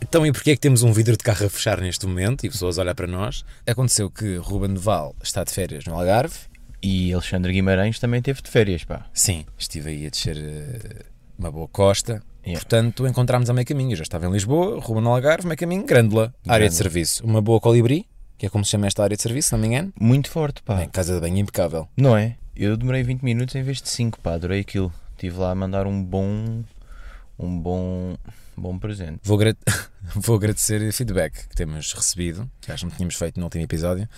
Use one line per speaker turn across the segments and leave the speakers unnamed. Então, e porquê é que temos um vidro de carro a fechar neste momento e pessoas a olhar para nós? Aconteceu que Ruben Duval está de férias no Algarve.
E Alexandre Guimarães também teve de férias, pá.
Sim, estive aí a descer eh, uma boa costa.
Yeah.
Portanto, encontramos a meio caminho. Eu já estava em Lisboa, Ruben no Algarve, meio caminho, Grândola, área de serviço. Uma boa colibri, que é como se chama esta área de serviço, se não me engano.
Muito forte, pá.
Bem, casa de banho impecável.
Não é? Eu demorei 20 minutos em vez de 5, pá. Adorei aquilo. Estive lá a mandar um bom. Um bom. Bom presente.
Vou, gra- vou agradecer o feedback que temos recebido, que acho que não tínhamos feito no último episódio.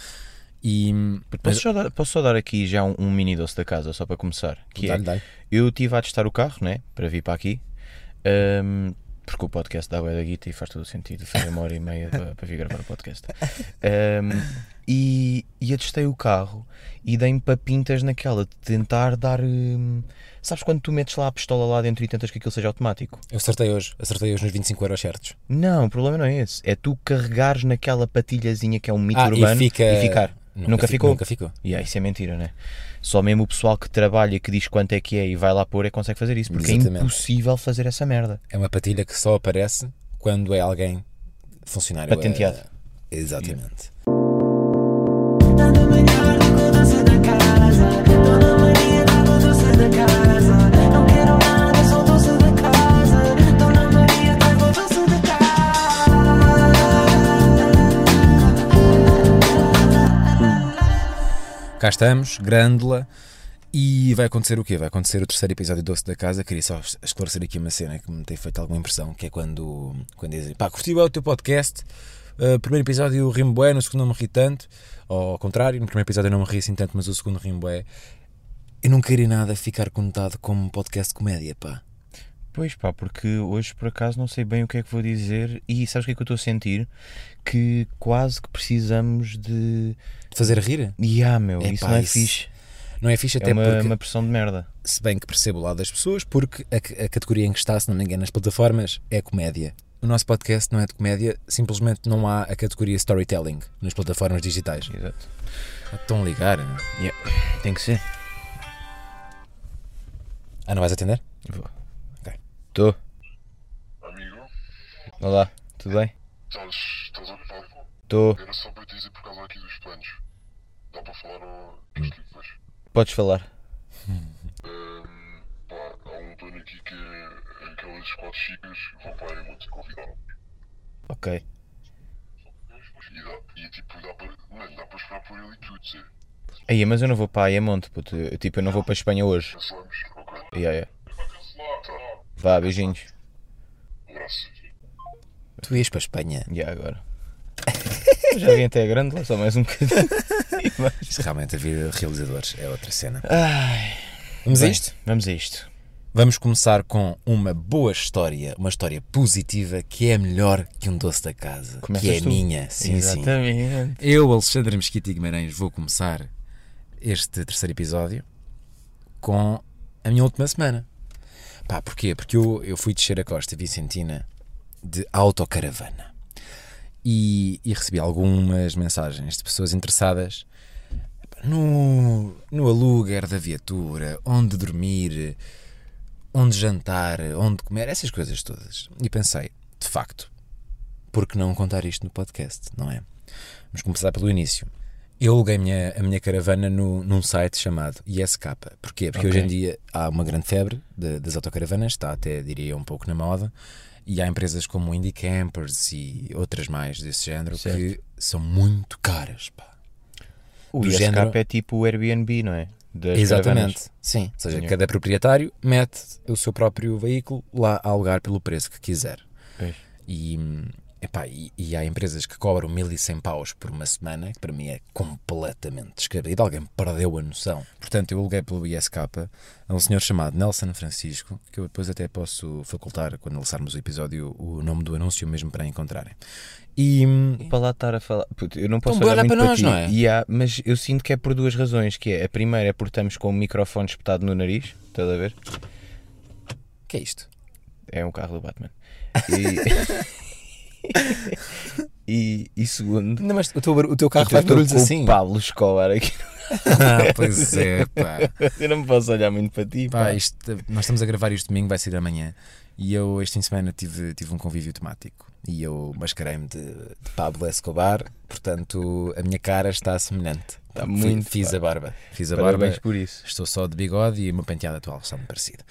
E.
Posso, só dar, posso só dar aqui já um, um mini doce da casa, só para começar? Que é,
Dá-lhe, dá-lhe.
eu estive a testar o carro, né? Para vir para aqui. Ahm, porque o podcast dá bué da guita e faz todo o sentido fazer uma hora e meia para, para vir gravar o podcast. Ahm, e, e atestei o carro e dei-me para pintas naquela de tentar dar. hum, sabes quando tu metes lá a pistola lá dentro e tentas que aquilo seja automático?
Eu acertei hoje, acertei hoje nos 25 euros certos.
Não, o problema não é esse. É tu carregares naquela patilhazinha que é um mito
Ah, e
urbano
fica-
ficar. Nunca,
fi-
ficou?
Nunca ficou.
E aí, isso é mentira, né? Só mesmo o pessoal que trabalha, que diz quanto é que é e vai lá pôr, é que consegue fazer isso, porque
Exatamente.
é impossível fazer essa merda.
É uma patilha que só aparece quando é alguém funcionário.
Patenteado.
é- Exatamente.
Dona Maria do doce da casa, Dona Maria do doce da casa. Não quero nada, sou doce da casa. Dona Maria do doce da casa.
Cá estamos, Grândola. E vai acontecer o quê? Vai acontecer o terceiro episódio do Doce da Casa. Queria só es- esclarecer aqui uma cena que me tem feito alguma impressão, que é quando, quando dizem pá, curti bem o teu podcast. uh, primeiro episódio eu rimo bué, no segundo não me ri tanto. Ou ao contrário, no primeiro episódio eu não me ri assim tanto, mas o segundo rimo bué. Eu não queria nada ficar conotado como um podcast de comédia, pá.
Pois pá, porque hoje por acaso não sei bem o que é que vou dizer e sabes o que é que eu estou a sentir? Que quase que precisamos de.
De fazer rir?
Ya, meu,
É
isso
pá,
não é
isso-
fixe.
Não é fixe até
é uma,
porque...
uma pressão de merda.
se bem que percebo o lado das pessoas, porque a, c- a categoria em que está, se não me engano, nas plataformas é comédia. O nosso podcast não é de comédia, simplesmente não há a categoria storytelling nas plataformas digitais.
Exato.
Estão a ligar? né?
Ya. Tem que ser.
Ah, não vais atender?
Vou.
Ok.
Estou.
Amigo,
Olá, tudo bem?
estás, estás ocupado?
Estou.
Era só para te dizer por causa aqui dos planos. Dá para falar ou isto aqui depois?
Podes falar.
Ahm, pá, há um plano aqui que é aquelas quatro chicas que vão para a Emot convidaram.
Ok.
E dá, e tipo, dá para, mano, dá para esperar por ele e tudo, dizer.
Aí, mas eu não vou para Ayamonte, puto. Eu, tipo, eu não vou para a Espanha hoje.
Cancelamos, ok?
Ya, ya.
Vai cancelar, tá? um
Vá, beijinhos.
Abraço.
Tu ias para a Espanha.
E agora? Já vim até a Grândola, só mais um bocadinho.
Isto realmente a vida de realizadores é outra cena.
Ai,
Vamos a
bem,
isto?
Vamos a isto.
Vamos começar com uma boa história, uma história positiva que é melhor que um doce da casa, que é
Começas tu.
minha. Sim, sim.
Exatamente.
Eu, Alexandre Mesquita e Guimarães, vou começar este terceiro episódio com a minha última semana. Pá, porquê? Porque eu, eu fui descer a costa vicentina de autocaravana e, e recebi algumas mensagens de pessoas interessadas pá, no, no aluguer da viatura, onde dormir, onde jantar, onde comer, essas coisas todas. E pensei, de facto, por que não contar isto no podcast, não é? Vamos começar pelo início. Eu aluguei a minha, a minha caravana no, num site chamado ISK. Porquê? Porque
Ok.
hoje em dia há uma grande febre de- das autocaravanas, está até, diria, um pouco na moda. E há empresas como Indie Campers e outras mais desse género que são muito caras. Pá.
O
Do
ISK
género-
é tipo o Airbnb, não é? Das
Exatamente.
caravanas.
Sim. Ou seja,
Sim. é.
cada proprietário mete o seu próprio veículo lá a alugar pelo preço que quiser.
Pois.
E, hum, epá, e, e há empresas que cobram 1100 paus por uma semana, que para mim é completamente descabido. Alguém perdeu a noção. Portanto, eu aluguei pelo ISK a um senhor chamado Nelson Francisco, que eu depois até posso facultar, quando lançarmos o episódio, o nome do anúncio mesmo para encontrarem. E. hum,
Para lá estar a falar. Puto, eu não posso
Então,
olhar
bora
muito
para
para,
nós,
ti.
não é?
E há- mas eu sinto que é por duas razões. Que é, a primeira é porque estamos com o microfone espetado no nariz. Estás a ver?
que é isto?
É um carro do Batman. E, e, e segundo...
Não, mas o teu, o teu carro
eu
faz
estou
barulhos
então com o
assim.
Pablo Escobar aqui.
Ah, pois é, pá.
Eu não me posso olhar muito para ti.
Pá,
pá.
isto- nós estamos a gravar isto domingo, vai sair amanhã. E eu, este fim de semana, tive, tive um convívio temático. E eu mascarei-me de, de Pablo Escobar, portanto, a minha cara está semelhante.
Está
Fi-
Tá muito,
Fiz
pá.
a barba. Fiz a barba.
Parabéns por isso.
Estou só de bigode e uma penteada atual está muito parecida.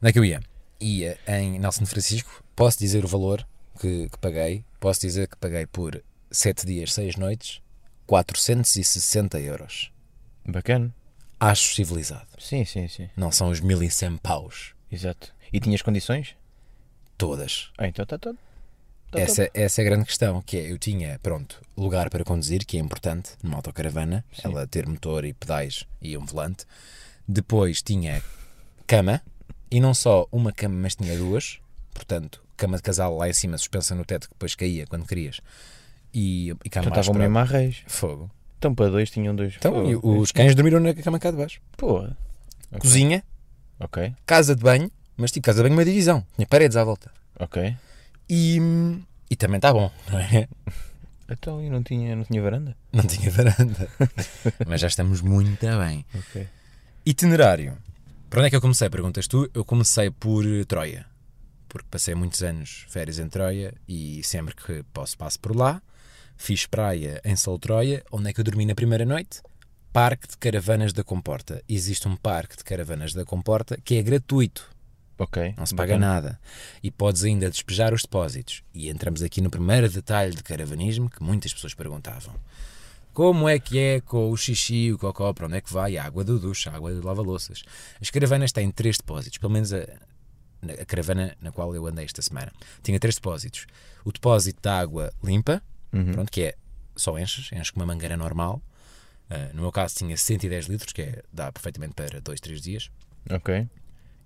Onde é que eu ia? Ia em Nelson Francisco. Posso dizer o valor que, que paguei. Posso dizer que paguei por 7 dias, 6 noites, 460 euros.
Bacana.
Acho civilizado.
Sim, sim, sim.
Não são os 1100 paus.
Exato. E tinhas condições?
Todas.
Ah, então está todo. Tá
Essa, essa é a grande questão, que é, eu tinha, pronto, lugar para conduzir, que é importante, numa autocaravana, ela ter motor e pedais e um volante. Depois tinha cama, e não só uma cama, mas tinha duas, portanto, cama de casal lá em cima, suspensa no teto, que depois caía quando querias. E, e cama
Então
mais
estavam mesmo à reis.
Fogo.
Então para dois tinham dois.
Então,
Pô,
e os cães dormiram na cama cá de baixo.
Pô.
Cozinha,
Ok,
casa de banho, mas tipo, casa de banho uma divisão, tinha paredes à volta.
ok.
E, e também está bom, não é?
Então e não tinha, não tinha varanda?
Não tinha varanda. Mas já estamos muito bem.
Ok.
Itinerário. Para onde é que eu comecei? Perguntas tu. Eu comecei por eh, Troia. Porque passei muitos anos férias em Troia e sempre que posso passo por lá. Fiz praia em Sol Troia, onde é que eu dormi na primeira noite? Parque de Caravanas da Comporta. Existe um parque de caravanas da Comporta que é gratuito,
Ok.
não se paga nada. E podes ainda despejar os depósitos. E entramos aqui no primeiro detalhe de caravanismo que muitas pessoas perguntavam. Como é que é com o xixi, o cocó, para onde é que vai? A água do ducha, a água do lava-louças. As caravanas têm três depósitos, pelo menos a, na- a caravana na qual eu andei esta semana. Tinha três depósitos. O depósito da água limpa, pronto, que é só enches, enches com uma mangueira normal. Ah, no meu caso tinha 110 litros, que é, dá perfeitamente para dois, três dias.
Ok.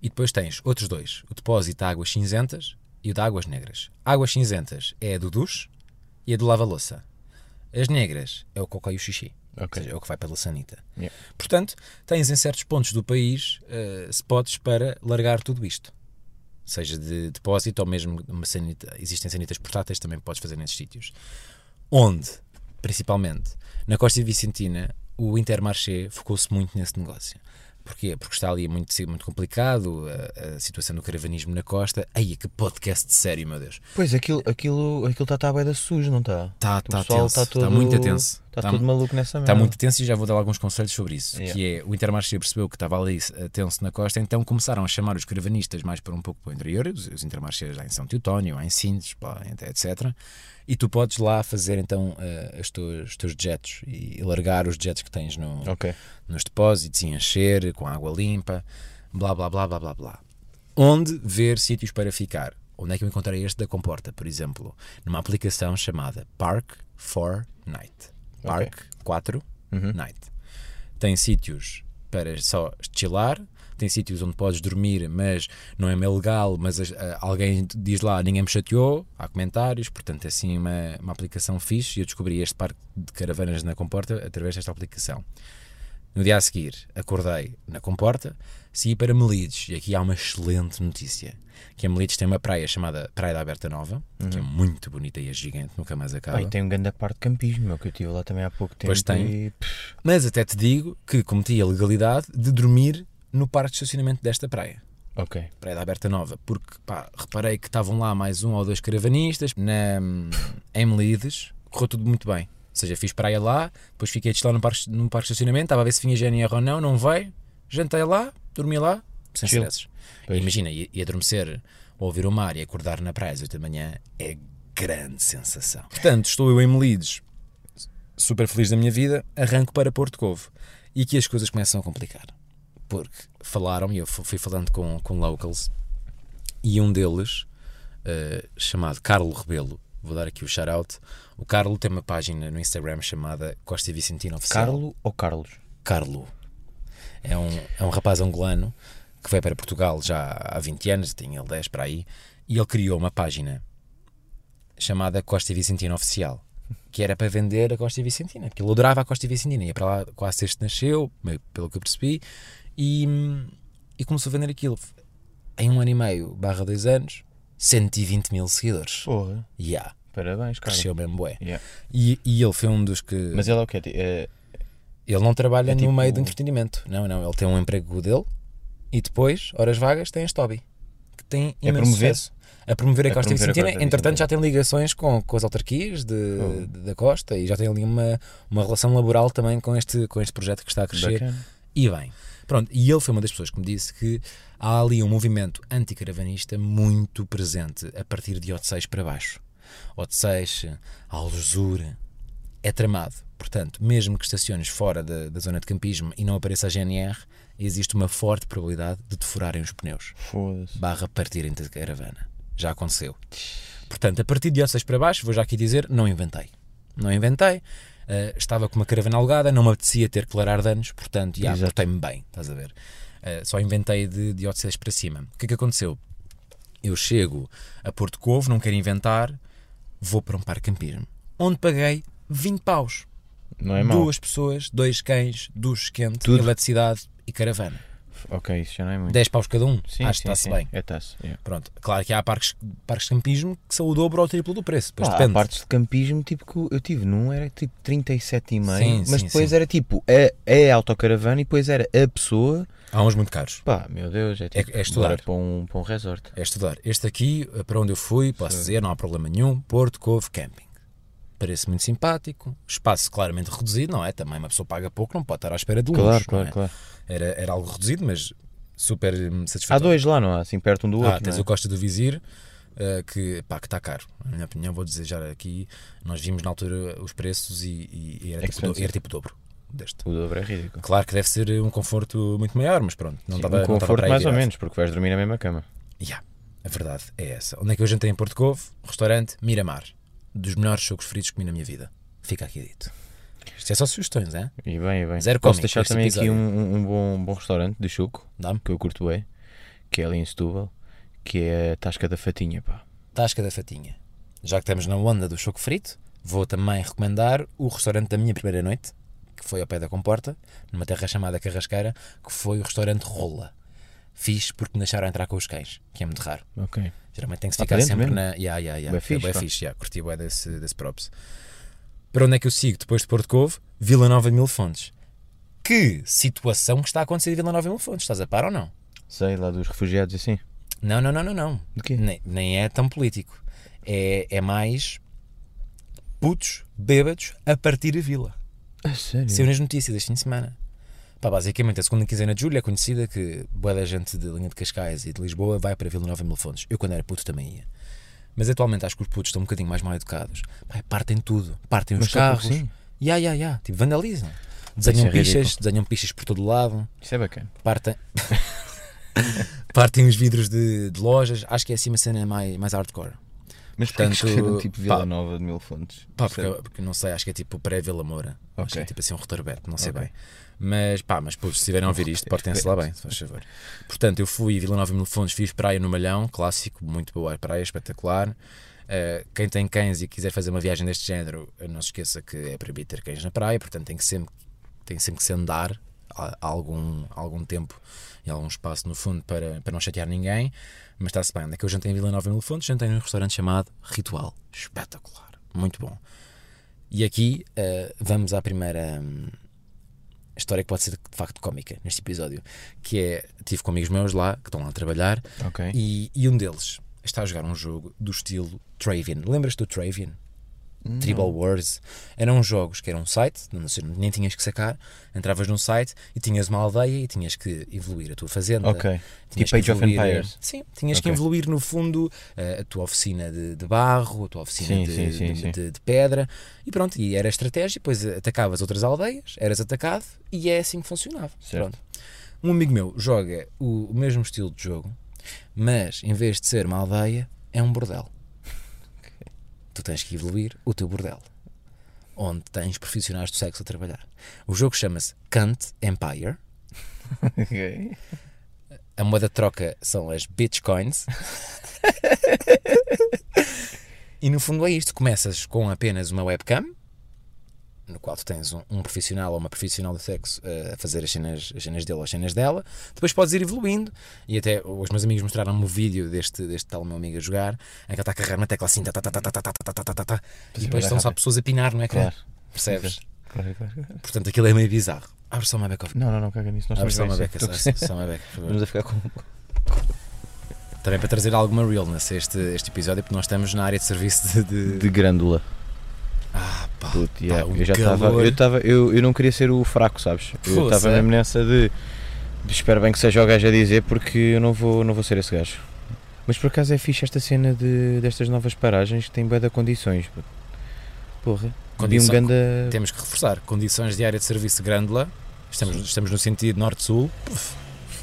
E depois tens outros dois: o depósito de águas cinzentas e o de águas negras. Águas cinzentas é a do duche e a do lava-louça. As negras é o cocó e o xixi.
Ok.
Ou seja, é o que vai pela sanita.
Yeah.
Portanto, tens em certos pontos do país eh, spots para largar tudo isto. Seja de depósito ou mesmo uma sanita. Existem sanitas portáteis, também podes fazer nesses sítios. Onde, principalmente, na Costa Vicentina, o Intermarché focou-se muito nesse negócio. Porquê? Porque está ali muito, muito complicado a, a situação do caravanismo na costa. Aí, que podcast de sério, meu Deus.
Pois aquilo está aquilo, aquilo tá, tá bem da sujo, não está?
Tá, tá tenso. Tá muito tenso.
Está
Tá
tudo
mu-
maluco nessa merda.
Está muito tenso e já vou dar alguns conselhos sobre isso.
Yeah.
Que é, o Intermarché percebeu que estava ali eh, tenso na costa, então começaram a chamar os caravanistas mais para um pouco para o interior, os, os Intermarchés lá em São Teutónio, lá em Sintes, pá, etc. E tu podes lá fazer então eh, os, teus, os teus dejetos e, e largar os dejetos que tens no,
Ok.
nos depósitos, e encher com água limpa, blá blá blá blá blá blá. Onde ver sítios para ficar? Onde é que eu encontrei este da Comporta, por exemplo? Numa aplicação chamada Park 4 Night. Park 4 Night. Tem sítios para só chilar, tem sítios onde podes dormir, mas não é meio legal, mas ah, alguém diz lá, ninguém me chateou, há comentários, portanto é assim uma, uma aplicação fixe e eu descobri este parque de caravanas na Comporta através desta aplicação. No dia a seguir, acordei na comporta, saí para Melides, e aqui há uma excelente notícia, que a Melides tem uma praia chamada Praia da Aberta Nova, que é muito bonita e é gigante, nunca mais acaba.
Aí tem um grande parte de campismo, meu, que eu estive lá também há pouco tempo.
Pois tem.
E, pff,
Mas até te digo que cometi a legalidade de dormir no parque de estacionamento desta praia.
ok.
Praia da Aberta Nova, porque pá, reparei que estavam lá mais um ou dois caravanistas na, hum, em Melides, correu tudo muito bem. Ou seja, fiz praia lá, depois fiquei a lá num parque, num parque de estacionamento, estava a ver se vinha GNR ou não, não veio, jantei lá, dormi lá, sem
Chill.
stresses.
Pois.
Imagina, e, e adormecer, ouvir o mar e acordar na praia às 8 da manhã é grande sensação. Portanto, estou eu em Melides, super feliz da minha vida, arranco para Porto Covo. E que as coisas começam a complicar. Porque falaram, e eu fu- fui falando com, com locals, e um deles, eh, chamado Carlo Rebelo, vou dar aqui o shout-out, o Carlo tem uma página no Instagram chamada Costa Vicentino Oficial.
Carlo ou Carlos?
Carlo. É um, é um rapaz angolano que veio para Portugal já há 20 anos, tinha ele 10 para aí, e ele criou uma página chamada Costa Vicentina Oficial, que era para vender a Costa Vicentina, porque ele adorava a Costa Vicentina, ia para lá quase desde que nasceu, meio pelo que eu percebi, e, e começou a vender aquilo. Em um ano e meio, barra dois anos, 120 mil seguidores.
Porra.
Yeah,
Parabéns, Carlos.
cresceu mesmo bué.
Yeah.
E, e ele foi um dos que...
Mas ele é o quê? É,
Ele não trabalha
É
no
tipo-
meio do entretenimento. Não, não. Ele tem um emprego dele e depois, horas vagas, tem este hobby. Que tem
É
imenso
promover?
sucesso. A promover a
A
Costa
promover a
Vicentina.
Costa
Entretanto,
Vicentina.
já tem ligações com, com as autarquias de, de- da Costa e já tem ali uma, uma relação laboral também com este, com este projeto que está a crescer.
Bacana.
E bem. Pronto, e ele foi uma das pessoas que me disse que há ali um movimento anticaravanista muito presente a partir de Odisseis para baixo. Odisseis, Algesura, é tramado. Portanto, mesmo que estaciones fora da, da zona de campismo e não apareça a GNR, existe uma forte probabilidade de te furarem os pneus
Foda-se.
barra partirem da caravana. Já aconteceu. Portanto, a partir de Ossas para baixo, vou já aqui dizer, não inventei. Não inventei. ah, estava com uma caravana alugada, não me apetecia ter que larar danos, portanto, já
Exato.
portei-me bem, estás a ver? Ah, só inventei de, de Ossas para cima. O que é que aconteceu? Eu chego a Porto Covo, não quero inventar, vou para um parque campismo, onde paguei 20 paus.
Não é mau.
Duas pessoas, dois cães, duche quente,
Tudo.
eletricidade e caravana.
Ok, isso já não é muito.
10 paus cada um,
Sim,
acho
sim,
que está-se
sim.
bem.
É taça. é.
Pronto, claro que há parques, parques de campismo que são o dobro ou o triplo do preço, depois
Pá, há
depende.
partes de campismo, tipo, que eu tive num, era tipo 37,5,
Sim,
mas
sim,
depois
sim.
era tipo a, a autocaravana e depois era a pessoa.
Há uns muito caros.
Pá, meu Deus, é tipo,
É- é estudar.
bora para um, para um resort.
É estudar. Este aqui, eh, para onde eu fui, posso dizer, não há problema nenhum, Porto Covo Camping. Parece muito simpático, espaço claramente reduzido, não é? Também uma pessoa paga pouco, não pode estar à espera de luxo.
Claro,
não
claro,
é?
claro.
Era, era algo reduzido, mas super hum,
Há
satisfatório.
dois lá, não há? Assim, perto um do
Ah,
outro.
tens
não é?
o Costa do Vizir, eh, que pá, que está caro. Na minha opinião, vou desejar aqui, nós vimos na altura os preços e, e- e era, tipo, do-
Expensive.
era tipo o dobro deste.
O dobro é ridículo.
Claro que deve ser um conforto muito maior, mas pronto, não
Sim,
estava
um
não tá estava para
conforto
aí
mais ou
virado.
menos, porque vais dormir na mesma cama.
Yeah, a verdade é essa. Onde é que eu jantei em Porto Covo? Restaurante Miramar. Dos melhores sucos fritos que comi na minha vida. Fica aqui dito. Isto é só sugestões, é?
E bem, e bem.
Zero
Posso
cómico
deixar
este
também aqui
episódio.
um, um- um bom, um bom restaurante de chuco,
Dá-me.
que eu curto bem, que é ali em Setúbal, que é a Tasca da Fatinha, pá.
Tasca da Fatinha. Já que estamos na onda do choco frito, vou também recomendar o restaurante da minha primeira noite, que foi ao pé da Comporta, numa terra chamada Carrasqueira, que foi o restaurante Rola. Fiz porque me deixaram entrar com os cães, que é muito raro.
Ok.
Geralmente tem que se
Ah,
ficar
dentro
sempre
mesmo?
na. Yeah, yeah, yeah.
Bué fixe,
Bué
pá.
fixe, yeah. Curti bué desse, desse props. Para onde é que eu sigo depois de Porto Covo? Vila Nova de Mil Fontes. Que situação que está a acontecer em Vila Nova de Mil Fontes? Estás a par ou não?
Sei, lá dos refugiados e assim.
Não, não, não, não. não.
Do quê?
Nem, nem é tão político. É, é mais putos, bêbados, a partir da vila.
A sério?
Saiu nas notícias este fim de semana. Pá, basicamente, a segunda quinzena de julho é conhecida que boa da gente de linha de Cascais e de Lisboa vai para Vila Nova de Mil Fontes. Eu, quando era puto, também ia. Mas atualmente acho que os putos estão um bocadinho mais mal educados. Pá, partem tudo. Partem os
Mas só porque
carros.
sim?
Ya, ya, ya. Tipo, vandalizam. Desenham
é ridículo.
pichas, desenham pichas por todo lado.
Isso é bacana.
Partem. Partem os vidros de, de lojas. Acho que é assim uma cena mais, mais hardcore.
Mas porquê que
Portanto,
escolheram tipo Vila
pá.
Nova de Mil Fontes?
Pá, porque,
Sério?
porque não sei, acho que é tipo pré-Vila Moura. Acho que é
Ok.
tipo assim um retarbeto, não sei
Ok.
bem. Mas pá, mas pô, se estiverem a ouvir isto, portem-se lá bem, se faz favor. Portanto, eu fui a Vila Nova de Mil Fontes, fiz praia no Malhão, clássico, muito boa praia, espetacular. Eh, quem tem cães e quiser fazer uma viagem deste género, eh, não se esqueça que é proibido ter cães na praia, portanto tem que sempre, tem sempre que se andar a- a algum, a algum tempo e algum espaço no fundo para, para não chatear ninguém. Mas está-se bem, onde é que eu jantei em Vila Nova de Mil Fontes, jantei num restaurante chamado Ritual. Espetacular, muito bom. E aqui eh, vamos à primeira hum, história que pode ser de facto cómica neste episódio, que é tive com amigos meus lá que estão lá a trabalhar
Ok.
e, e um deles está a jogar um jogo do estilo Travian. Lembras-te do Travian? Tribal Wars. Eram jogos que eram um site, não sei, nem tinhas que sacar, entravas num site e tinhas uma aldeia e tinhas que evoluir a tua fazenda.
Ok.
Tinhas
Tipo
que
Age of
evoluir-
Empires.
Sim, tinhas
Ok.
que evoluir no fundo eh, a tua oficina de, de barro, a tua oficina
Sim,
de,
sim, sim,
de-
sim.
de- de pedra e pronto, e era a estratégia, depois atacavas outras aldeias, eras atacado e é assim que funcionava.
Certo.
Pronto. Um amigo meu joga o, o mesmo estilo de jogo, mas em vez de ser uma aldeia, é um bordel. Tu tens que evoluir o teu bordel, onde tens profissionais do sexo a trabalhar. O jogo chama-se Cant Empire.
Ok.
A moeda de troca são as bitcoins. e no fundo é isto. Começas com apenas uma webcam, no qual tu tens um, um profissional ou uma profissional do sexo eh, a fazer as cenas, as cenas dele ou as cenas dela. Depois podes ir evoluindo. E até os meus amigos mostraram-me o vídeo deste, deste tal meu amigo a jogar, em que ele está a carregar na tecla assim, tá, tá, tá, tá, tá, tá, tá, tá, tá, tá, tá, tá, e depois
bem
estão só
é, rápido.
pessoas a pinar no ecrã.
Claro.
Percebes?
Claro, claro, claro.
Portanto, aquilo é meio bizarro. Abre só uma beca.
Não, não, não, caga nisso. Nós
Abre só uma
estamos a ver
beca.
é, isso.
Só,
Estou-
só uma beca, por favor.
Estamos a ficar com.
Também para trazer alguma realness a este, este episódio, porque nós estamos na área de serviço de. de-
De grândula.
Ah, pá.
Puto,
pá,
yeah,
um
eu já estava.
calor.
Eu, estava- eu, eu não queria ser o fraco, sabes? Eu
Foda-se,
estava
é?
mesmo nessa de, de Espero bem que seja o gajo a dizer, porque eu não vou, não vou ser esse gajo. Mas por acaso é fixe esta cena de, destas novas paragens que tem bué de condições. puto. Porra. Vi um
Condição-
ganda.
Temos que reforçar. Condições de área de serviço de Grândola. Estamos, estamos no sentido norte-sul. Puf,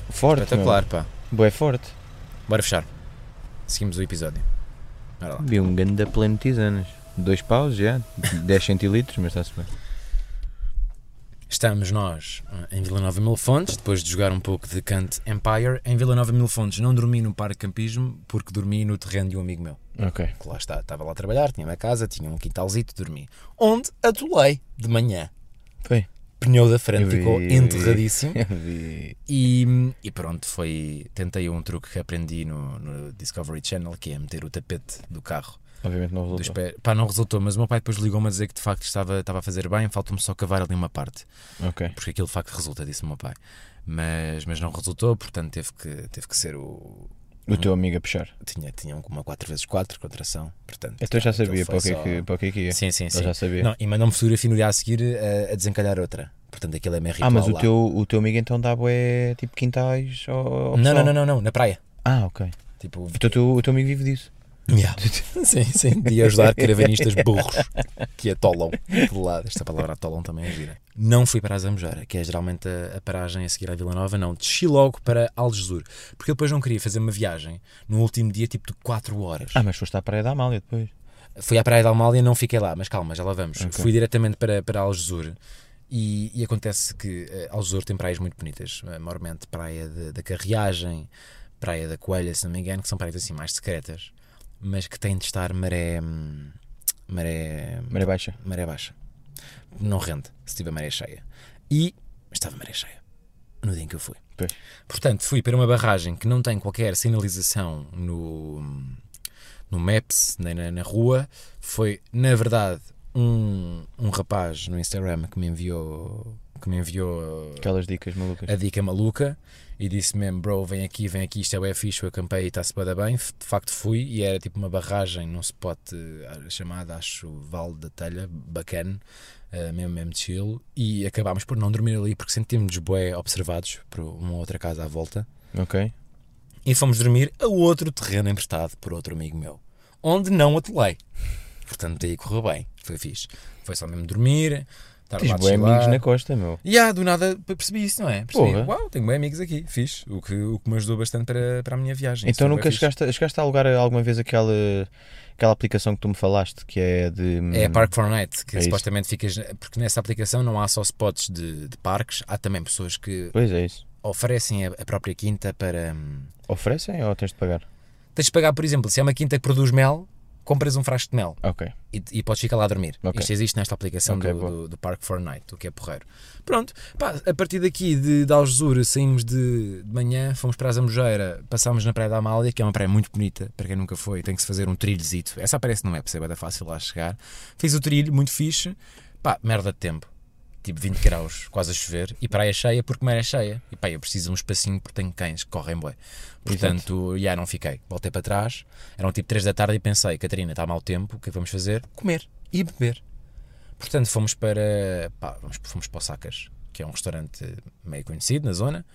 Forte.
Espetacular, pá.
meu. Bué forte.
Bora fechar. Seguimos o episódio. Bora lá.
Vi um ganda pleno de tisanas. Dois paus, já. 10 centilitros, mas está-se bem.
Estamos nós eh, em Vila Nova Mil Fontes, depois de jogar um pouco de Kant Empire. Em Vila Nova Mil Fontes não dormi no parque de campismo, porque dormi no terreno de um amigo meu.
Ok.
Que lá está, estava lá a trabalhar, tinha uma casa, tinha um quintalzito, dormi. Onde atolei de manhã.
Foi.
Pneu da frente
Eu vi,
ficou
eu vi.
enterradíssimo.
Eu vi.
E, e pronto, foi. Tentei um truque que aprendi no, no Discovery Channel, que é meter o tapete do carro
Obviamente não
dos
resultou.
pés. Pá, não resultou, mas o meu pai depois ligou-me a dizer que de facto estava, estava a fazer bem, falta-me só cavar ali uma parte,
Ok.
porque aquilo de facto resulta, disse o meu pai. Mas, mas não resultou, portanto teve que, teve que ser o.
O teu amigo a puxar.
Tinha, tinha um, uma 4x4 contração, portanto.
Então já
aquilo
sabia
foi
para o que, é
só-
que, para o que é que ia.
Sim, sim,
Ele
sim.
já sabia.
Não, e mandou-me fotografia no dia a seguir eh, a, a desencalhar outra. Portanto, aquilo é meio
Ah,
ritual
mas o
lá.
teu, o teu amigo então dá bué tipo quintais ao, ao
Não,
pessoal?
não, não, não, não, na praia.
Ah, ok.
Tipo,
Então o teu, o teu amigo vive disso.
Yeah. sim, sim, de ajudar caravanistas burros que atolam de lado. Esta palavra atolam também é gira. Não fui para a Zambujeira, que é geralmente a, a paragem a seguir à Vila Nova, não. Desci logo para Algesur, porque eu depois não queria fazer uma viagem no último dia, tipo de 4 horas.
Ah, mas foste à Praia da Amália depois.
Fui à Praia da Almália, não fiquei lá, mas calma, já lá vamos. Fui diretamente para, para Algesur. E, e acontece que eh, Algesur tem praias muito bonitas, eh, maiormente Praia de- da Carreagem, Praia da Coelha, se não me engano, que são praias assim mais secretas, mas que têm de estar maré. hum, maré.
Maré é Baixa.
maré baixa. Não rende se tiver maré cheia. E estava maré cheia no dia em que eu fui.
Pois.
Portanto, fui para uma barragem que não tem qualquer sinalização no, no Maps, nem na, na rua. Foi, na verdade, um, um rapaz no Instagram que me enviou, que me enviou
Aquelas dicas malucas.
a dica maluca e disse mesmo, bro, vem aqui, vem aqui, isto é bem fixe, eu acampei e está-se bada bem. F- De facto fui e era tipo uma barragem num spot eh, chamado, acho, Vale da Telha, bacana, eh, mesmo, mesmo chill. E acabámos por não dormir ali porque sentimos-nos bué observados por uma outra casa à volta
Ok.
e fomos dormir a outro terreno emprestado por outro amigo meu, onde não atelei. Portanto, aí correu bem, foi fixe. Foi só mesmo dormir, estar
Tens
lá a
bué amigos
chilar.
na costa, meu.
E ah, do nada pe- percebi isso, não é? Percebi,
Porra.
uau, tenho bem amigos aqui, fiz, o que, o que me ajudou bastante para, para a minha viagem.
então
Isso foi
nunca
bué fixe.
chegaste, a- chegaste a alugar alguma vez aquela, aquela aplicação que tu me falaste, que é de...
É a Park for Night, que
É isso.
supostamente ficas. Porque nessa aplicação não há só spots de, de parques, há também pessoas que
Pois é isso.
oferecem a, a própria quinta para. hum,
Oferecem ou tens de pagar?
Tens de pagar, por exemplo, se é uma quinta que produz mel, compras um frasco de mel.
Ok.
e, e podes ficar lá a dormir.
Ok.
Isto existe nesta aplicação
Ok,
do,
boa.
do, do Park for Night, o que é porreiro. Pronto, pá, a partir daqui de, de Algesur saímos de, de manhã, fomos para a Zambujeira, passámos na Praia da Amália, que é uma praia muito bonita, para quem nunca foi, tem que se fazer um trilhozito. Essa aparece não é, perceba, é fácil lá chegar. Fiz o trilho, muito fixe, pá, merda de tempo. Tipo 20 graus, quase a chover, e praia cheia porque maré cheia. E pá, eu preciso de um espacinho porque tenho cães que correm bué. Portanto, já não fiquei. Voltei para trás, eram tipo 3 da tarde e pensei, Catarina, está mau tempo, o que é que vamos fazer? Comer e beber. Portanto, fomos para. pá, vamos, fomos para o Sacas, que é um restaurante meio conhecido na zona.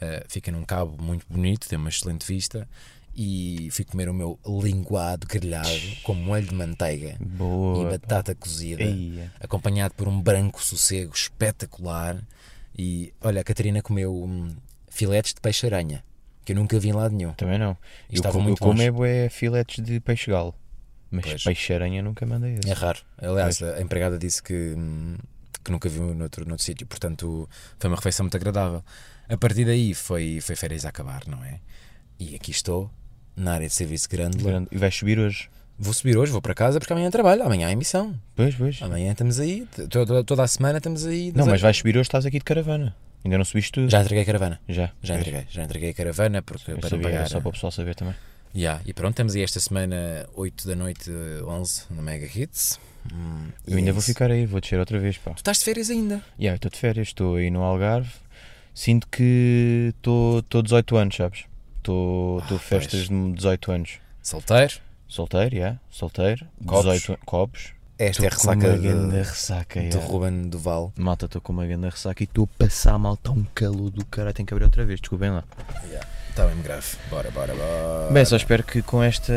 Eh, fica num cabo muito bonito, tem uma excelente vista. E fui comer o meu linguado grelhado com molho de manteiga e
Boa.
batata cozida,
Eia.
acompanhado por um branco sossego espetacular. E olha, a Catarina comeu hum, filetes de peixe-aranha, que eu nunca vi em lado nenhum.
Também não.
E
eu
estava
como, eu
muito
como
longe.
é bué filetes de peixe-galo.
Pois.
Mas peixe-aranha nunca mandei esse.
É raro. Aliás, a empregada disse que, hum, que nunca viu noutro, noutro sítio, portanto foi uma refeição muito agradável. A partir daí foi, foi férias a acabar, não é? E aqui estou, na área de serviço grande.
Grande. E vais subir hoje.
Vou subir hoje, vou para casa porque amanhã trabalho, amanhã há emissão.
Pois, pois.
Amanhã estamos aí, t- toda, toda a semana estamos aí.
Não,
Estamos
Ah, mas é-
aí.
vais subir hoje, estás aqui de caravana. Ainda não subiste tudo.
Já entreguei a caravana.
Já.
Já
Pois.
entreguei, já entreguei a caravana porque
Eu
para
sabia, era
pagar.
só para o pessoal saber também.
Yeah, E pronto, estamos aí esta semana, 8 da noite, 11 na Mega Hits.
Eu ainda vou ficar aí, vou descer outra vez, pá.
Tu estás de férias ainda?
Yeah, eu estou de férias, estou aí no Algarve. Sinto que estou estou 18 anos, sabes? Estou estou festas de 18 anos.
Solteiro?
Solteiro, yeah, solteiro.
Copos?
18 an- copos.
Esta é a
Estou com
ressaca
uma
de,
grande ressaca,
de
yeah.
Ruben Duval.
Malta, estou com uma grande ressaca e estou a passar mal, está um calor do caralho, tenho que abrir outra vez, desculpem lá.
Está mesmo Tá grave. Bora, bora, bora.
Bem, só espero que com esta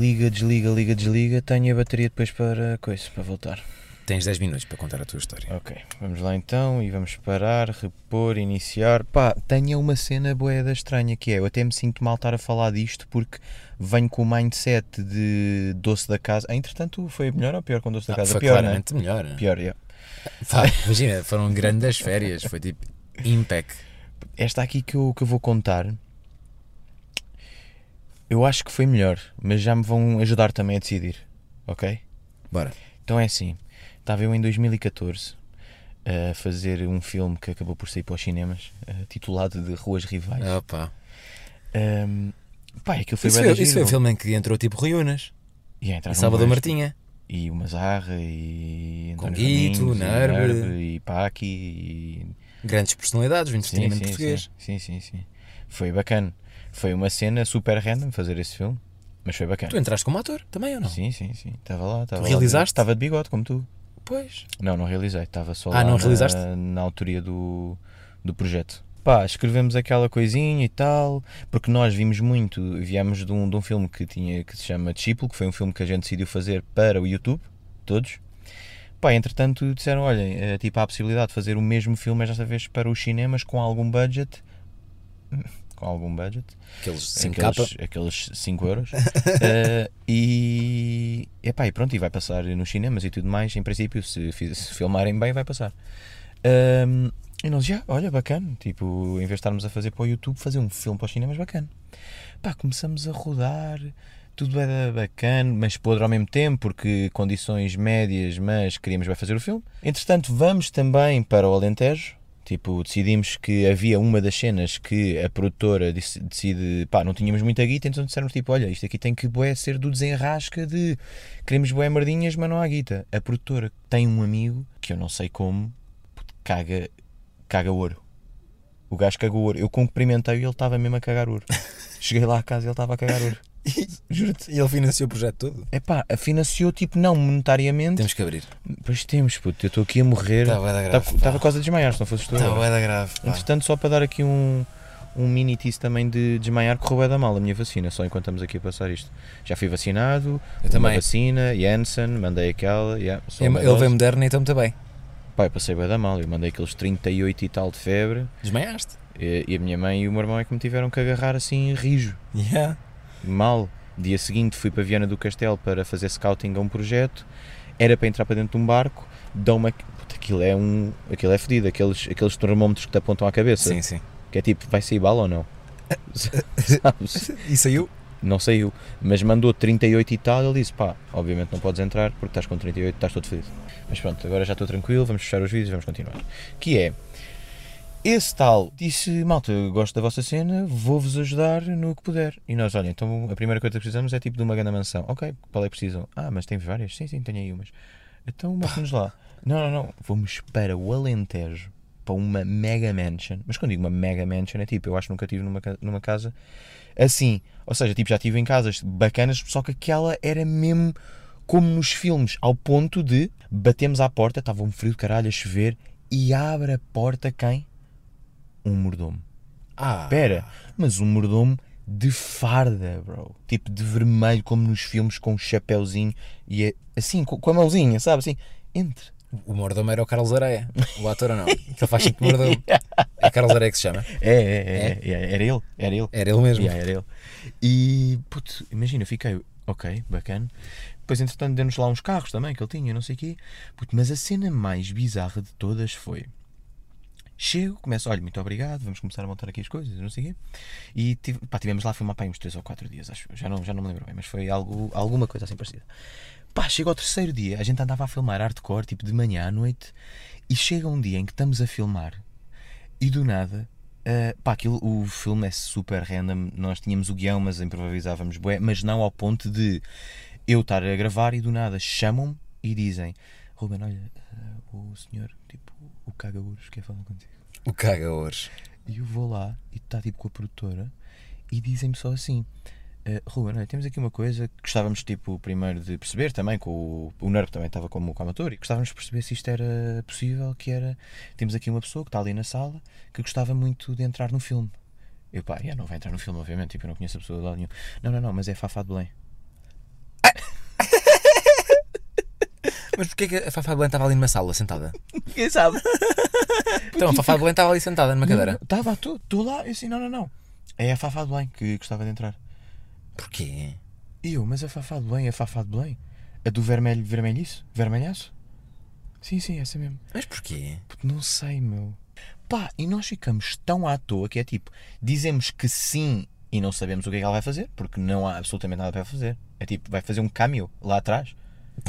liga, desliga, liga, desliga, tenha bateria depois para coisa, para voltar.
Tens 10 minutos para contar a tua história.
Ok, vamos lá então e vamos parar, repor, iniciar. Pá, tenha uma cena boeda estranha que é, eu até me sinto mal estar a falar disto porque venho com o mindset de doce da casa. Ah, Entretanto, foi melhor ou pior com doce da casa?
Ah, foi
pior, né?
claramente melhor.
Pior, yeah.
Pá, imagina, foram grandes férias. Foi tipo impact.
Esta aqui que eu, que eu vou contar, eu acho que foi melhor, mas já me vão ajudar também a decidir, ok?
Bora.
Então é assim, estava eu em 2014 a fazer um filme que acabou por sair para os cinemas, eh, titulado de Ruas Rivais.
Opa.
Um, pá, aquilo
Ah.
foi
Isso
bué da
foi, isso foi
giro. um
o filme em que entrou tipo Riunas.
E aí entraram
E Sábado
dois,
Martinha.
E uma Zarra, e
Com
António
Guito,
Raminhos, e
Narbe.
e Paqui, e...
Grandes personalidades do entretenimento português.
Sim, sim, sim. Foi bacana. Foi uma cena super random fazer esse filme, mas foi bacana.
Tu entraste como ator também ou não?
Sim, sim, sim. Estava lá, estava lá.
realizaste?
Estava de bigode, como tu.
Pois.
Não, não realizei. Estava só
Ah,
lá
não
na,
realizaste?
na autoria do, do projeto. Pá, escrevemos aquela coisinha e tal, porque nós vimos muito, viemos de um, de um filme que, tinha, que se chama Discípulo, que foi um filme que a gente decidiu fazer para o YouTube, todos. Pá, entretanto disseram, olhem, eh, tipo, há a possibilidade de fazer o mesmo filme, mas desta vez para os cinemas, com algum budget, com algum budget,
Aqueles 5 capa.
aqueles, aqueles 5 euros. Eh, e, epá, e pronto, e vai passar nos cinemas e tudo mais. Em princípio, se, fi- se filmarem bem, vai passar. Ahm, e nós, já, olha, bacana. Tipo, em vez de estarmos a fazer para o YouTube, fazer um filme para os cinemas, bacana. Pá, começamos a rodar. Tudo era bacana, mas podre ao mesmo tempo, porque condições médias, mas queríamos vai fazer o filme. Entretanto, vamos também para o Alentejo. Tipo, decidimos que havia uma das cenas que a produtora disse- decide, pá, não tínhamos muita guita, então disseram tipo, olha, isto aqui tem que bué ser do desenrasca de queremos bué merdinhas, mas não há guita. A produtora tem um amigo, que eu não sei como, puto, caga, caga ouro. O gajo cagou ouro. Eu cumprimentei e ele estava mesmo a cagar ouro. Cheguei lá a casa e ele estava a cagar ouro. Juro-te.
E ele financiou o projeto todo.
Epá, financiou tipo não monetariamente.
Temos que abrir.
Pois temos, puto, eu estou aqui a morrer.
Tá bué da grave,
Tava-
pá.
Tava quase a desmaiar, se não fosse tu. agora.
da grave.
Entretanto, só para dar aqui um, um mini tease também de desmaiar, correu bué da mal a minha vacina, só enquanto estamos aqui a passar isto. Já fui vacinado, uma
também.
vacina, Janssen, mandei aquela, yeah, só uma
Ele
dose.
veio moderno e então muito bem.
Pá, eu passei bué da mal, eu mandei aqueles 38 e tal de febre,
Desmaiaste?
e, e a minha mãe e o meu irmão é que me tiveram que agarrar assim, rijo,
Yeah.
mal. Dia seguinte fui para Viana do Castelo para fazer scouting a um projeto, era para entrar para dentro de um barco, dão-me... aqu- Puta, Aquilo é um. Aquilo é fedido, aqueles, aqueles termómetros que te apontam à cabeça.
Sim, sim.
Que é tipo, vai sair bala ou não? Sabes?
E saiu?
Não saiu. Mas mandou 38 e tal, ele disse, pá, obviamente não podes entrar porque estás com 38, estás todo fedido. Mas pronto, agora já estou tranquilo, vamos fechar os vídeos, vamos continuar. Que é, esse tal disse, malta, eu gosto da vossa cena, vou-vos ajudar no que puder. E nós, olha, então a primeira coisa que precisamos é tipo de uma grande mansão. Ok, qual é que precisam? Ah, mas temos várias? Sim, sim, tenho aí umas. Então mostra-nos lá. Não, não, não, vamos para o Alentejo. Para uma mega mansion, mas quando digo uma mega mansion é tipo, eu acho que nunca tive numa, ca- numa casa assim. Ou seja, tipo, já tive em casas bacanas, só que aquela era mesmo como nos filmes, ao ponto de batemos à porta, estava um frio de caralho a chover, e abre a porta quem? Um mordomo.
Ah.
Pera, mas um mordomo de farda, bro. Tipo de vermelho, como nos filmes, com um chapéuzinho e é- assim, co- com a mãozinha, sabe? Assim, entre.
O mordomo era o Carlos Areia. O ator ou não? Que ele faz tipo de mordomo. É Carlos Areia que se chama.
É, é, é, é, era ele, era ele.
Era ele mesmo.
Yeah, era ele. E, puto, imagina, eu fiquei, ok, bacana. Depois, entretanto, deu-nos lá uns carros também que ele tinha, não sei o quê. Puto, mas a cena mais bizarra de todas foi. Chego, começo, olha, muito obrigado, vamos começar a montar aqui as coisas, não sei o quê. E tive, pá, tivemos lá a filmar pá, aí uns 3 ou 4 dias, acho. eu, Já não, já não me lembro bem, mas foi algo, alguma coisa assim parecida. Pá, chega ao terceiro dia, a gente andava a filmar hardcore, tipo de manhã à noite, e chega um dia em que estamos a filmar e do nada, ah, pá, aquilo, o filme é super random. Nós tínhamos o guião, mas improvisávamos bué, mas não ao ponto de eu estar a gravar e do nada chamam-me e dizem: Ruben, olha, eh, o senhor, tipo, o caga urso quer falar contigo.
O caga hoje.
E eu vou lá e está tipo com a produtora e dizem-me só assim: "Eh, Ruben, olha, temos aqui uma coisa que gostávamos tipo primeiro de perceber também, com o, o Nervo também estava como, como ator, e gostávamos de perceber se isto era possível, que era. Temos aqui uma pessoa que está ali na sala que gostava muito de entrar no filme. Eu pá, yeah, não vai entrar no filme, obviamente, tipo, eu não conheço a pessoa de lado nenhum. Não, não, não, mas é Fafá de Belém.
Mas porquê que a Fafá Belém estava ali numa sala, sentada?
Quem sabe?
Então, a Fafá Belém estava ali sentada numa cadeira.
Estava, estou lá, eu assim, não, não, não. É a Fafá de Belém que gostava de entrar.
Porquê?
E eu, oh, mas a Fafá de Belém, a Fafá de Belém? A do vermelho, vermelhiço? Vermelhaço? Sim, sim, essa mesmo.
Mas porquê?
Puto, Não sei, meu. Pá, e nós ficamos tão à toa que é tipo, dizemos que sim e não sabemos o que é que ela vai fazer, porque não há absolutamente nada para fazer. É tipo, vai fazer um cameo lá atrás.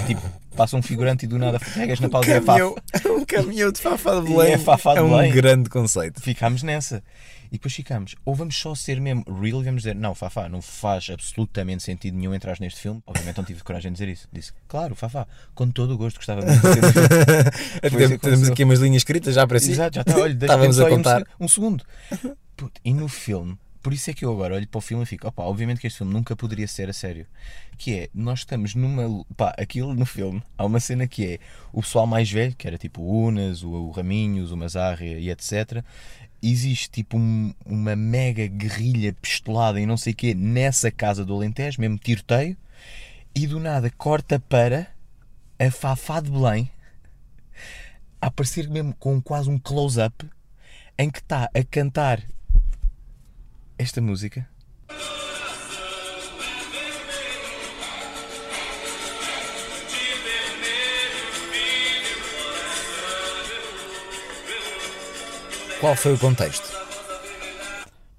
Tipo, passa um figurante e do nada pegas na pausa e é Fafá.
um caminhão de Fafá de
Belém. É Fafá de
é um
Belém.
grande conceito.
Ficámos nessa. E depois ficámos. Ou vamos só ser mesmo real e vamos dizer: Não, Fafá, não faz absolutamente sentido nenhum entrar neste filme. Obviamente não tive coragem de dizer isso. Disse: Claro, Fafá, com todo o gosto gostava muito de fazer este filme." Foi isso que
Temos
aconteceu.
aqui umas linhas escritas já para si.
Exato, já está. Olha, deixa-me
Estávamos
só
a
aí um,
contar.
seg- um segundo. Puto, e no filme, por isso é que eu agora olho para o filme e fico: Opa, obviamente que este filme nunca poderia ser a sério. Que é, nós estamos numa. lu- Pá, aquilo no filme, há uma cena que é o pessoal mais velho, que era tipo o Unas, o, o Raminhos, o Mazarria e etc. Existe tipo um- uma mega guerrilha pistolada e não sei o quê nessa casa do Alentejo, mesmo tiroteio, e do nada corta para a Fafá de Belém a aparecer mesmo com quase um close-up em que está a cantar esta música.
Qual foi o contexto?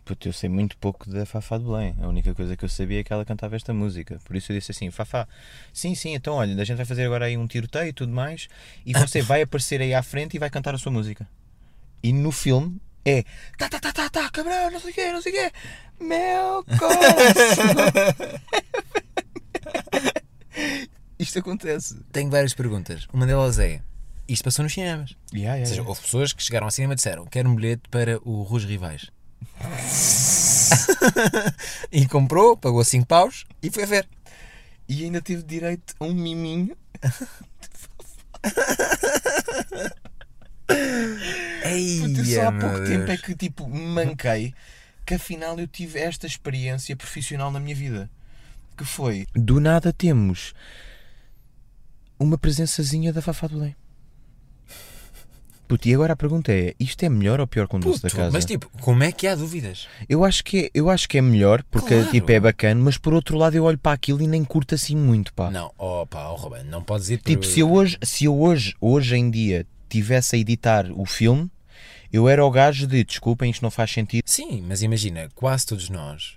Puto, eu sei muito pouco da Fafá de Belém. A única coisa que eu sabia é que ela cantava esta música. Por isso eu disse assim: Fafá, sim, sim, então olha, a gente vai fazer agora aí um tiroteio e tudo mais. E você vai aparecer aí à frente e vai cantar a sua música. E no filme é: Tá, tá, tá, tá, tá, cabrão, não sei o quê, não sei o quê. Meu coração. Isto acontece.
Tenho várias perguntas. Uma delas é: isto passou nos cinemas?
Yeah,
Ou seja, houve pessoas que chegaram ao cinema e disseram: quero um bilhete para o Rus Rivais. e comprou, pagou 5 paus e foi ver.
E ainda teve direito a um miminho.
Ei,
Puta, eu só há pouco tempo é que tipo manquei que afinal eu tive esta experiência profissional na minha vida. Que foi. Do nada temos uma presençazinha da Fafá do Belém. Puto, e agora a pergunta é: isto é melhor ou pior que um doce da casa?
mas tipo, como é que há dúvidas?
eu, acho que é, eu acho que é melhor porque
Claro.
tipo, é bacana, mas por outro lado eu olho para aquilo e nem curto assim muito. Pá.
Não, opa, oh, Ruben, não podes ir
Tipo, se eu, hoje, se eu hoje, hoje em dia tivesse a editar o filme, eu era o gajo de desculpem, isto não faz sentido.
Sim, mas imagina, quase todos nós,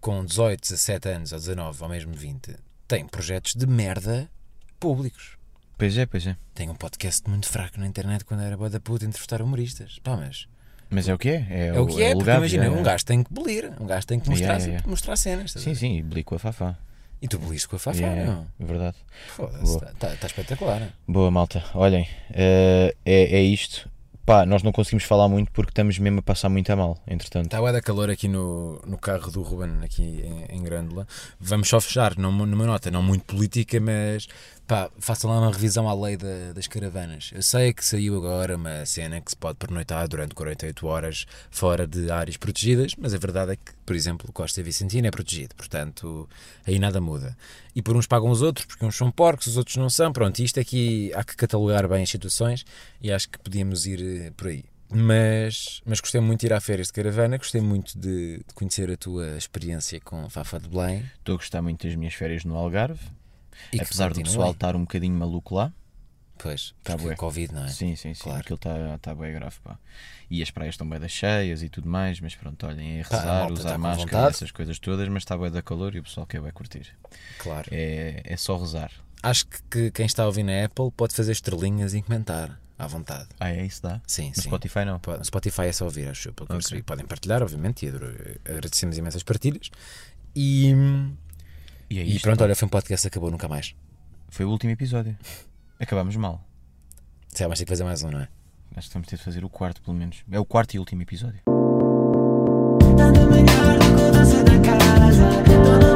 com 18, 17 anos ou 19 ou mesmo 20, têm projetos de merda públicos.
Pois é, pois é.
Tenho um podcast muito fraco na internet quando era boa da puta entrevistar humoristas. Pá, mas
Mas é o que é. É,
é o que é, porque
legado,
imagina,
é, é.
um gajo tem que bolir, um gajo tem que mostrar,
yeah, yeah.
mostrar cenas. estás a
Sim,
ver?
sim, e beli com a Fafá.
E tu boliste com a Fafá,
Yeah,
não?
é verdade.
Foda-se,
Boa.
está tá, tá espetacular.
Boa, malta. Olhem, eh, é, é isto. Pá, nós não conseguimos falar muito porque estamos mesmo a passar muito a mal, entretanto.
Está Tá bué da calor aqui no, no carro do Ruben, aqui em, em Grândola. Vamos só fechar numa, numa nota, não muito política, mas pá, façam lá uma revisão à lei da- das caravanas. Eu sei que saiu agora uma cena que se pode pernoitar durante 48 horas fora de áreas protegidas, mas a verdade é que, por exemplo, Costa Vicentina é protegido, portanto aí nada muda. E por uns pagam os outros, porque uns são porcos, os outros não são. Pronto, isto aqui há que catalogar bem as situações e acho que podíamos ir eh, por aí mas, mas gostei muito de ir à férias de caravana, gostei muito de, de conhecer a tua experiência com Fafa de Belém.
Estou a gostar muito das minhas férias no Algarve,
E que
apesar do
continuem.
pessoal estar um bocadinho maluco lá.
Pois,
Tá
porque
bué.
Covid, não é?
Sim, sim, sim.
Claro.
Aquilo está tá bem grave, pá. E as praias estão bem das cheias e tudo mais, mas pronto, olhem, é
Pá, a
rezar,
malta tá
usar
com
máscara,
vontade.
essas coisas todas, mas está bem da calor e o pessoal quer bem curtir.
Claro.
É, é só rezar.
Acho que, que quem está a ouvir na Apple pode fazer estrelinhas e comentar à vontade.
Ah, é isso dá?
Sim,
No
sim.
Spotify não.
Po- no Spotify é só ouvir, acho eu, pelo que eu percebi. Podem partilhar, obviamente, e adoro- agradecemos imensas partilhas. E,
E
e
é isto. então.
pronto, olha, foi um podcast que acabou nunca mais.
é Foi o último episódio. Acabámos mal.
Sei lá, mas tem que fazer mais um, não é?
Acho que vamos ter de fazer o quarto, pelo menos. É o quarto e último episódio.
Tá na minha hora de mudança da casa. Tô na